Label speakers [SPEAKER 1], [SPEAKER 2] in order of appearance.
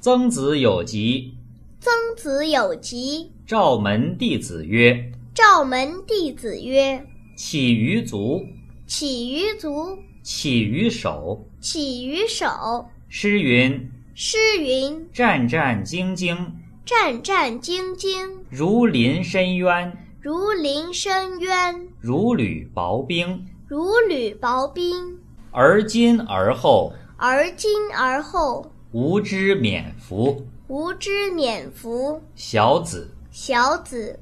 [SPEAKER 1] 曾子有疾，
[SPEAKER 2] 曾子有疾，
[SPEAKER 1] 召门弟子曰
[SPEAKER 2] 召门弟子曰：“
[SPEAKER 1] 起于足，：“
[SPEAKER 2] 起于足，
[SPEAKER 1] 起于手。
[SPEAKER 2] 起于手。”
[SPEAKER 1] 诗云”
[SPEAKER 2] 诗云：“
[SPEAKER 1] 战战兢兢，：“
[SPEAKER 2] 战战兢兢，
[SPEAKER 1] 如临深渊，
[SPEAKER 2] 如临深渊，
[SPEAKER 1] 如履薄冰。
[SPEAKER 2] 如履薄冰。
[SPEAKER 1] 而今而后，
[SPEAKER 2] 而今而后，
[SPEAKER 1] 吾之免服。
[SPEAKER 2] 吾之免服。”
[SPEAKER 1] 小子。
[SPEAKER 2] 小子